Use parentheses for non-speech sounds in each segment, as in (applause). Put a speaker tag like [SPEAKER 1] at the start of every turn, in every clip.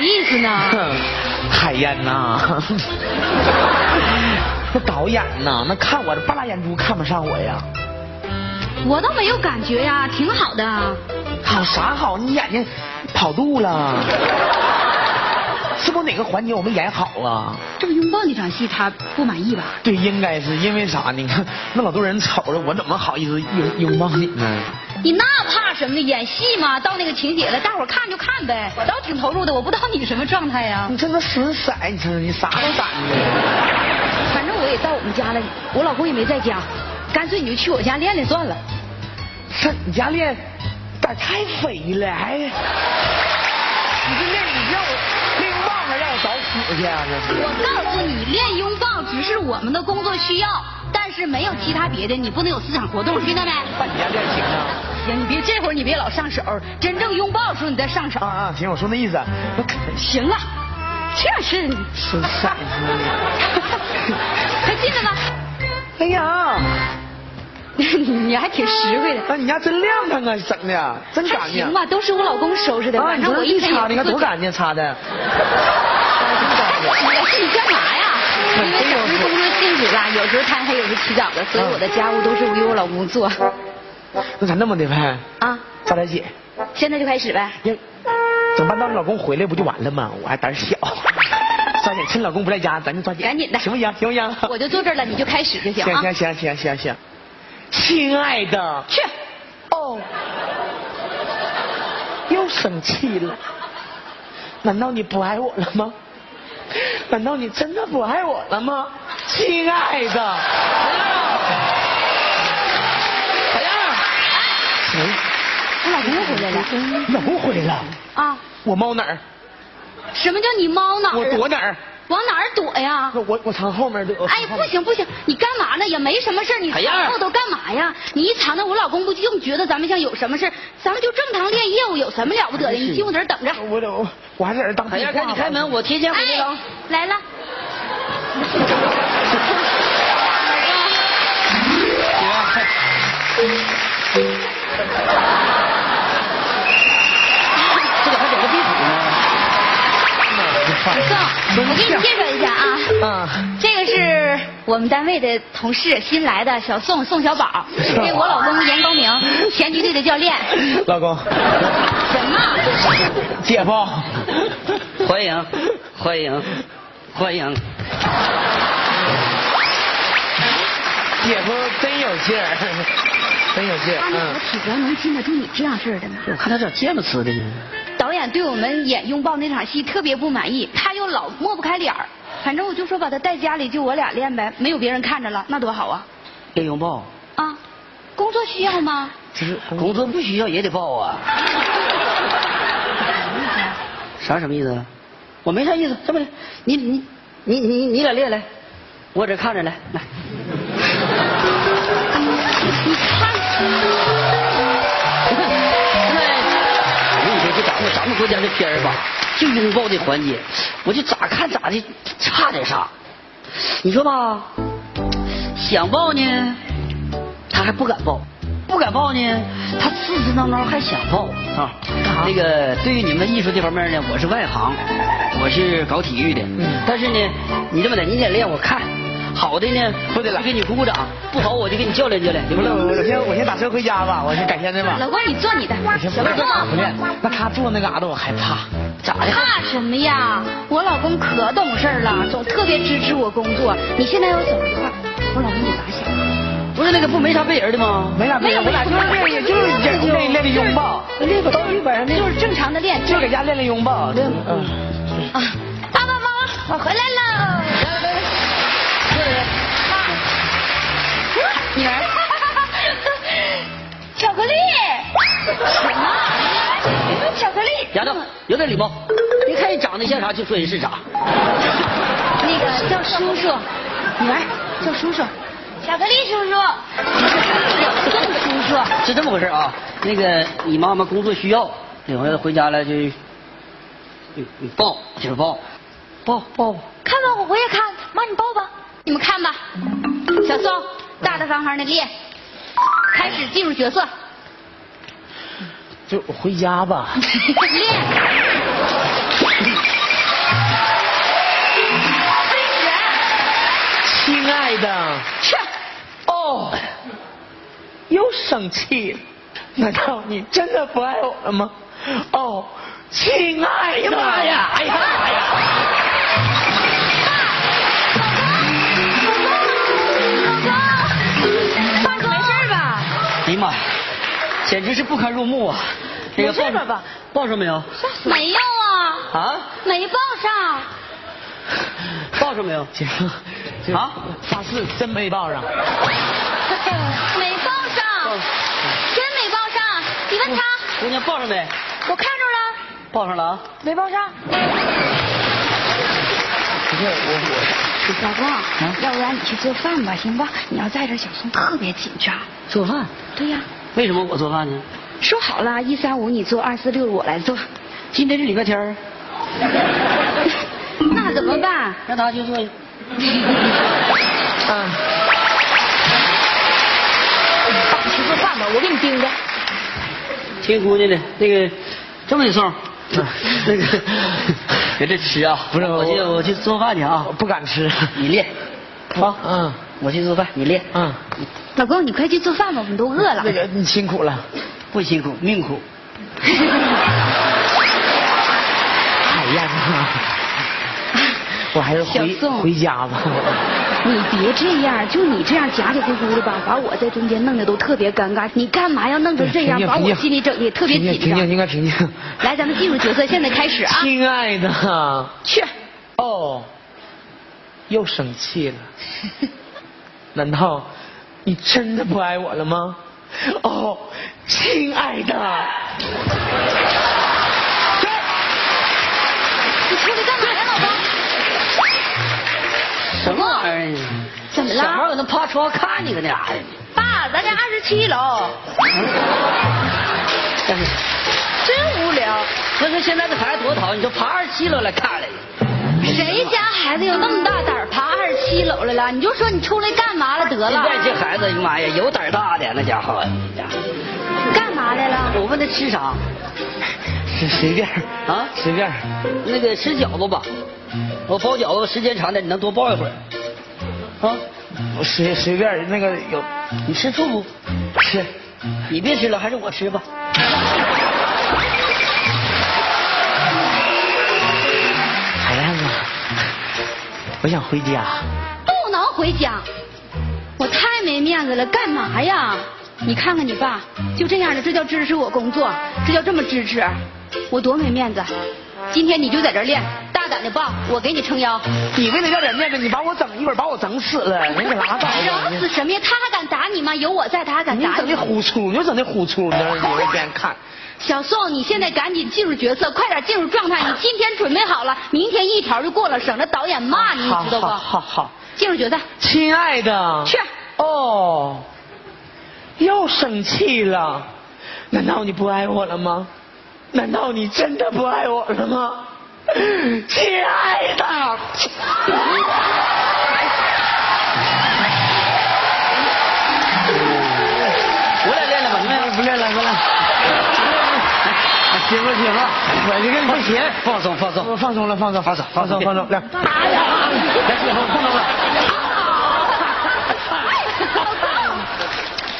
[SPEAKER 1] 意思 (laughs) 呢？
[SPEAKER 2] 哼海燕呐， (laughs) 那导演呐，那看我这半拉眼珠看不上我呀？
[SPEAKER 1] 我倒没有感觉呀，挺好的啊。
[SPEAKER 2] 好啥好？你眼睛跑肚了？是不是哪个环节我没演好啊？
[SPEAKER 1] 这个拥抱那场戏他不满意吧？
[SPEAKER 2] 对，应该是因为啥？你看那老多人瞅着我，怎么好意思拥拥抱你呢？
[SPEAKER 1] 你那怕什么呢？演戏嘛，到那个情节了，大伙儿看就看呗。我倒挺投入的，我不知道你什么状态呀。
[SPEAKER 2] 你这那损色，你瞅瞅你啥都胆着。
[SPEAKER 1] 反正我也到我们家了，我老公也没在家，干脆你就去我家练练算了。
[SPEAKER 2] 这你家练胆太肥了，还你这练你让我练忘了让我找死去啊！这
[SPEAKER 1] 我
[SPEAKER 2] 是
[SPEAKER 1] 告诉你，练拥抱只是我们的工作需要，但是没有其他别的，你不能有思想活动，听到没？
[SPEAKER 2] 上你家练行啊？
[SPEAKER 1] 行，你别这会儿你别老上手，真正拥抱的时候你再上手
[SPEAKER 2] 啊。啊，行，我说那意思，
[SPEAKER 1] (laughs)
[SPEAKER 2] 我可
[SPEAKER 1] 行了，这是 (laughs) 你，
[SPEAKER 2] 损色
[SPEAKER 1] 快进来吧，
[SPEAKER 2] 哎呀，
[SPEAKER 1] (laughs) 你还挺实惠的。
[SPEAKER 2] 那你家真亮堂啊，整的真
[SPEAKER 1] 还
[SPEAKER 2] 干净
[SPEAKER 1] 行。吧，都是我老公收拾的，
[SPEAKER 2] 啊，
[SPEAKER 1] 晚
[SPEAKER 2] 你
[SPEAKER 1] 上
[SPEAKER 2] 说
[SPEAKER 1] 我
[SPEAKER 2] 一
[SPEAKER 1] 一天
[SPEAKER 2] 擦
[SPEAKER 1] 也
[SPEAKER 2] 那个
[SPEAKER 1] 不
[SPEAKER 2] 多
[SPEAKER 1] 做。
[SPEAKER 2] 干净，擦的。 (laughs)
[SPEAKER 1] 哎你干嘛呀？
[SPEAKER 2] 嗯
[SPEAKER 1] 因为咱们工作性质吧，有时候贪黑，有时候起早的，所以我的家务都是由我老公做。
[SPEAKER 2] 那咋那么的呗？
[SPEAKER 1] 啊，
[SPEAKER 2] 赵大姐，
[SPEAKER 1] 现在就开始呗。
[SPEAKER 2] (laughs) 要等半道你老公回来不就完了吗？我还胆小。 (laughs) 抓紧，趁老公不在家，咱就抓紧。
[SPEAKER 1] 赶紧的
[SPEAKER 2] 行不行？行不行？
[SPEAKER 1] 我就坐这儿了，你就开始就行
[SPEAKER 2] 行
[SPEAKER 1] 啊。
[SPEAKER 2] 行行行行行，亲爱的，
[SPEAKER 1] 去，
[SPEAKER 2] 哦，又生气了。难道你不爱我了吗？难道你真的不爱我了吗？亲爱的，咋样？咋样？
[SPEAKER 1] 我老公又回来了。
[SPEAKER 2] 谁？老公回来了。
[SPEAKER 1] 啊，
[SPEAKER 2] 我猫哪儿？
[SPEAKER 1] 什么叫你猫哪儿啊？
[SPEAKER 2] 我躲哪儿？
[SPEAKER 1] 往哪儿躲呀？
[SPEAKER 2] 我我我藏后面
[SPEAKER 3] (laughs)
[SPEAKER 2] 躲。
[SPEAKER 1] 哎，不行不行，你干嘛呢？也没什么事儿你
[SPEAKER 2] 哎呀
[SPEAKER 1] 藏后头干嘛呀？你一藏那，我老公不就更觉得咱们像有什么事儿咱们就正常练业务，有什么了不得的？你进屋那儿等着。
[SPEAKER 2] 我我我还在这儿当。
[SPEAKER 3] 海燕，赶紧开门，我提前回来了
[SPEAKER 1] 哎
[SPEAKER 3] 啊。，
[SPEAKER 1] 来
[SPEAKER 3] (laughs)
[SPEAKER 1] 了。
[SPEAKER 2] 这咋还整个壁虎呢？
[SPEAKER 1] 宋，我给你介绍一下啊，
[SPEAKER 2] 啊，
[SPEAKER 1] 这个是我们单位的同事，新来的小宋宋小宝，这个我老公严高明，
[SPEAKER 2] (laughs)
[SPEAKER 1] 拳击队的教练。
[SPEAKER 2] 老公，
[SPEAKER 1] 什
[SPEAKER 2] (laughs)
[SPEAKER 1] 么？
[SPEAKER 2] 姐夫，
[SPEAKER 3] 欢迎，欢迎，欢迎！
[SPEAKER 2] 姐夫真有劲儿，嗯真有劲
[SPEAKER 1] 他们怎么
[SPEAKER 2] 儿。
[SPEAKER 1] 体格能经得住你这样事儿的呢？
[SPEAKER 3] 我看他这芥末吃的呢。
[SPEAKER 1] 导演对我们演拥抱那场戏特别不满意，他又老抹不开脸儿。反正我就说把他带家里，就我俩练呗，没有别人看着了，那多好啊！
[SPEAKER 3] 练拥抱，
[SPEAKER 1] 啊，工作需要吗？
[SPEAKER 3] 就是
[SPEAKER 2] 嗯
[SPEAKER 3] 工作不需要也得抱啊。啥什么意思啊？我没啥意思，这么的，你你你你你俩练来，我这看着来，来，
[SPEAKER 1] 你看，
[SPEAKER 3] 你看，现在我哎跟你说，就咱们咱们国家这片儿吧，就拥抱这环节，我就咋看咋的差点啥。你说吧，想抱呢，他还不敢抱；不敢抱呢，他自自当当还想抱啊。那个，对于你们艺术这方面呢，我是外行，我是搞体育的。但是呢，你这么的，你得练我看，好的呢，我得给你鼓鼓掌；不好，我就给你教练教练，行
[SPEAKER 2] 不
[SPEAKER 3] 不
[SPEAKER 2] 是，
[SPEAKER 3] 行？
[SPEAKER 2] 我我先我先打车回家吧，我先改天再吧。
[SPEAKER 1] 老公你坐你的，
[SPEAKER 2] 我先不
[SPEAKER 1] 小
[SPEAKER 2] 练，
[SPEAKER 1] 宋
[SPEAKER 2] 不。练。那他坐那嘎达我害怕，
[SPEAKER 3] 咋
[SPEAKER 2] 哎
[SPEAKER 3] 的？
[SPEAKER 1] 怕什么呀？我老公可懂事儿了，总特别支持我工作。你现在要走的话，我老公你咋想？
[SPEAKER 3] 不是那个不没啥背人的吗？
[SPEAKER 2] 没啥没有，我俩就是练，也就是练练练的拥抱，
[SPEAKER 1] 那个
[SPEAKER 2] 都基本上那
[SPEAKER 1] 就是正常的练，
[SPEAKER 2] 就搁家练练拥抱。嗯，
[SPEAKER 1] 啊。爸爸妈妈，我回来了。
[SPEAKER 2] (laughs)
[SPEAKER 1] 女儿， (laughs) 巧克力，什么？巧克力。
[SPEAKER 3] 丫头，有点礼貌，别看你长得像啥就说人是啥。
[SPEAKER 1] 那个叫叔叔，女儿叫叔叔，巧克力叔叔，宋叔叔，
[SPEAKER 3] 是这么回事啊？那个你妈妈工作需要，领回来回家了就，你你抱，媳妇抱，抱抱。
[SPEAKER 1] 看吧，我我也看，妈你抱吧，你们看吧，小宋大大方方的练，开始进入角色，
[SPEAKER 2] 就回家吧。
[SPEAKER 1] 练，
[SPEAKER 2] 亲爱的，
[SPEAKER 1] 切，
[SPEAKER 2] 哦，又生气了。难道你真的不爱我了吗？哦，亲爱
[SPEAKER 3] 哎呀
[SPEAKER 2] 的，
[SPEAKER 3] 妈呀！哎呀妈呀！
[SPEAKER 1] 大哥，没事吧？
[SPEAKER 3] 哎呀妈呀，简直是不堪入目啊！那个
[SPEAKER 1] 没事
[SPEAKER 3] 报
[SPEAKER 1] 吧
[SPEAKER 3] 上
[SPEAKER 1] 爸
[SPEAKER 3] 报上没有？
[SPEAKER 1] 没有啊，
[SPEAKER 3] 啊？
[SPEAKER 1] 没报 (laughs) 上。
[SPEAKER 3] 报上没有？
[SPEAKER 2] 姐夫，姐夫
[SPEAKER 3] 啊
[SPEAKER 2] 发誓真没报上。
[SPEAKER 1] 没报上，哦真没报上。你问他，
[SPEAKER 3] 姑娘报上没？
[SPEAKER 1] 我看着了，
[SPEAKER 3] 报上了啊！
[SPEAKER 1] 没报上。
[SPEAKER 3] 不是我啊
[SPEAKER 1] 老公，要不然你去做饭吧，行吧？你要在这儿，小松特别紧张。
[SPEAKER 3] 我做饭，
[SPEAKER 1] 对呀、
[SPEAKER 3] 为什么我做饭呢？
[SPEAKER 1] 说好了，一三五你做，二四六我来做，
[SPEAKER 3] 今天是礼拜天儿，
[SPEAKER 1] 那怎么办？
[SPEAKER 3] 让他去做。
[SPEAKER 2] 嗯，
[SPEAKER 1] 爸去做饭吧，我给你盯着。
[SPEAKER 3] 听姑娘的，那个这么的送，
[SPEAKER 2] 哎
[SPEAKER 3] 那个别这吃啊！
[SPEAKER 2] 不是
[SPEAKER 3] 我去
[SPEAKER 2] 我
[SPEAKER 3] 我去做饭去啊
[SPEAKER 2] 我！哦不敢吃。
[SPEAKER 3] 你练，好，
[SPEAKER 2] 嗯
[SPEAKER 3] 我去做饭，你练。
[SPEAKER 2] 嗯，
[SPEAKER 1] 老公，你快去做饭吧，我们都饿了。
[SPEAKER 2] 那个你辛苦了。
[SPEAKER 3] 不辛苦，命苦。
[SPEAKER 2] 哎呀妈，我还是回
[SPEAKER 1] 小宋
[SPEAKER 2] 回家吧。
[SPEAKER 1] 你别这样，就你这样夹夹咕咕的吧，把我在中间弄得都特别尴尬。你干嘛要弄成这样，
[SPEAKER 2] 平静
[SPEAKER 1] 把
[SPEAKER 2] 平
[SPEAKER 1] 我
[SPEAKER 2] 静
[SPEAKER 1] 心里整的也特别紧
[SPEAKER 2] 平静，
[SPEAKER 1] 张？
[SPEAKER 2] 应该平静。
[SPEAKER 1] 来，咱们进入角色，现在开始啊！
[SPEAKER 2] 亲爱的，
[SPEAKER 1] 去，
[SPEAKER 2] 哦，又生气
[SPEAKER 3] (laughs)
[SPEAKER 2] 了。难道你真的不爱我了吗？哦，亲爱的，
[SPEAKER 1] 你出来干嘛呀，老公？
[SPEAKER 3] 什么玩
[SPEAKER 1] 哎
[SPEAKER 3] 意儿？
[SPEAKER 1] 怎么了
[SPEAKER 3] 小猫搁那趴窗看你搁那啥呀？
[SPEAKER 1] 爸，咱家二十七楼，
[SPEAKER 3] 但是
[SPEAKER 1] 真无聊。
[SPEAKER 3] 所以说现在这孩子多淘，你就爬二十七楼来看来了。
[SPEAKER 1] 谁家孩子有那么大胆儿爬二十七楼来了？你就说你出来干嘛了得
[SPEAKER 3] 现
[SPEAKER 1] 了？
[SPEAKER 3] 在这孩子，哎呀妈呀，有胆儿大的那家伙，
[SPEAKER 1] 干嘛来了？
[SPEAKER 3] 我问他吃啥，
[SPEAKER 2] 随随便
[SPEAKER 3] 啊
[SPEAKER 2] 啊，随便。
[SPEAKER 3] 那个吃饺子吧，我包饺子时间长点，你能多包一会儿，啊？
[SPEAKER 2] 我随随便那个有
[SPEAKER 3] 你吃醋不？
[SPEAKER 2] 吃，
[SPEAKER 3] 你别吃了，还是
[SPEAKER 2] (laughs)
[SPEAKER 3] 我吃吧。
[SPEAKER 2] 海燕子，我想回家。
[SPEAKER 1] 不能回家，我太没面子了，干嘛呀？你看看你爸，就这样的，这叫支持我工作，这叫这么支持，我多没面子。今天你就在这儿练，大胆的抱，我给你撑腰，
[SPEAKER 2] 你为了要点面子，你把我整一会儿把我整死
[SPEAKER 1] 哎
[SPEAKER 2] 了，你可拉倒吧！
[SPEAKER 1] 整死什么呀？他还敢打你吗？有我在，他还敢
[SPEAKER 2] 哎你
[SPEAKER 1] 打
[SPEAKER 2] 整
[SPEAKER 1] 你
[SPEAKER 2] 那？虎出，你就整那虎出，你在那儿一边看。
[SPEAKER 1] 小宋，你现在赶紧进入角色，快点进入状态。你今天准备好了，明天一条就过了，省得导演骂你，你
[SPEAKER 2] 好
[SPEAKER 1] 知道
[SPEAKER 2] 好
[SPEAKER 1] 不？
[SPEAKER 2] 好好，
[SPEAKER 1] 进入角色，
[SPEAKER 2] 亲爱的，
[SPEAKER 1] 去。
[SPEAKER 2] 哦，又生气了？难道你不爱我了吗？难道你真的不爱我了吗？亲爱的，
[SPEAKER 3] 我俩练了吧，你们
[SPEAKER 2] 不练了，不练了。媳妇媳妇，我这个不行，
[SPEAKER 3] 放松放松。
[SPEAKER 2] 我放松了，放松，放松，放松，放松，来，
[SPEAKER 1] 哎呀！
[SPEAKER 2] 来，媳妇放松了。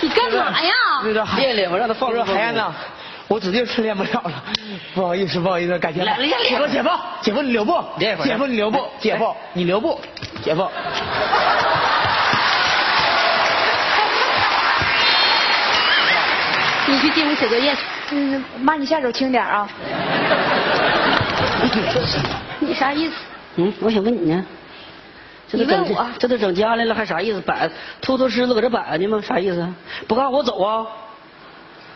[SPEAKER 1] 你干嘛呀？
[SPEAKER 2] 那个海
[SPEAKER 3] 练练吧，让他放
[SPEAKER 2] 我说
[SPEAKER 3] 松。
[SPEAKER 2] 海燕子，我指定是练不了了， (laughs) 不好意思，不好意思，改天吧。
[SPEAKER 3] 来来来
[SPEAKER 2] 姐夫，姐夫，姐夫你留步，
[SPEAKER 3] 练一会儿
[SPEAKER 2] 姐夫你留步，姐夫你留步，姐夫。
[SPEAKER 1] 你去进屋写作业去。嗯，妈，你下手轻点啊。你啥意思？
[SPEAKER 3] 嗯，我想问你呢，这都
[SPEAKER 1] 你问
[SPEAKER 3] 整
[SPEAKER 1] 我
[SPEAKER 3] 这都整家来了，还啥意思？摆秃秃狮子搁这摆呢吗？啥意思？不干我走啊？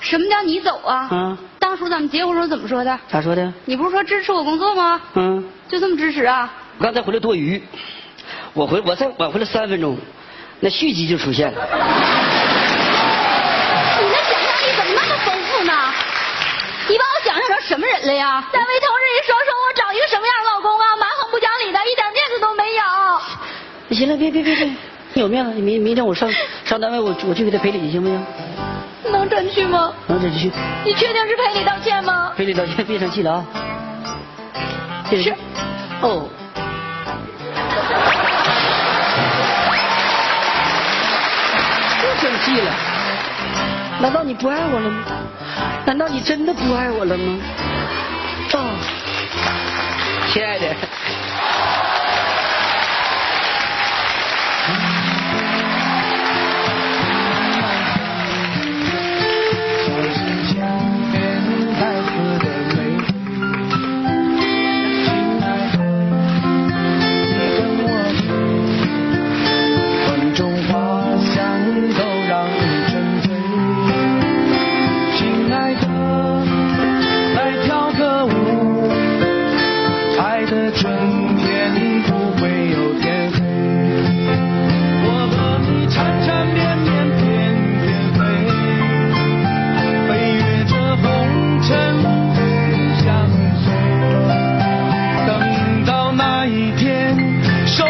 [SPEAKER 1] 什么叫你走啊？
[SPEAKER 3] 嗯
[SPEAKER 1] 当初咱们结婚时候怎么说的？
[SPEAKER 3] 咋说的？
[SPEAKER 1] 你不是说支持我工作吗？
[SPEAKER 3] 嗯，
[SPEAKER 1] 就这么支持啊？
[SPEAKER 3] 我刚才回来多余，我回我再晚回来三分钟，那续集就出现了。
[SPEAKER 1] 你那想象力怎么那么丰富呢？你把我想象成什么人了呀？单位同事一说说我找一个什么样的老公啊，蛮横不讲理的，一点面子都没有。
[SPEAKER 3] 行了，别别别别，你有面子，你明明天我上上单位，我我去给他赔礼，行不行？
[SPEAKER 1] 能真去吗？
[SPEAKER 3] 然后这就去
[SPEAKER 1] 你确定是赔礼道歉吗？
[SPEAKER 3] 赔礼道歉，别生气了啊。谢谢
[SPEAKER 1] 是。
[SPEAKER 3] 哦。生气了。难道你不爱我了吗？难道你真的不爱我了吗？啊，亲爱的。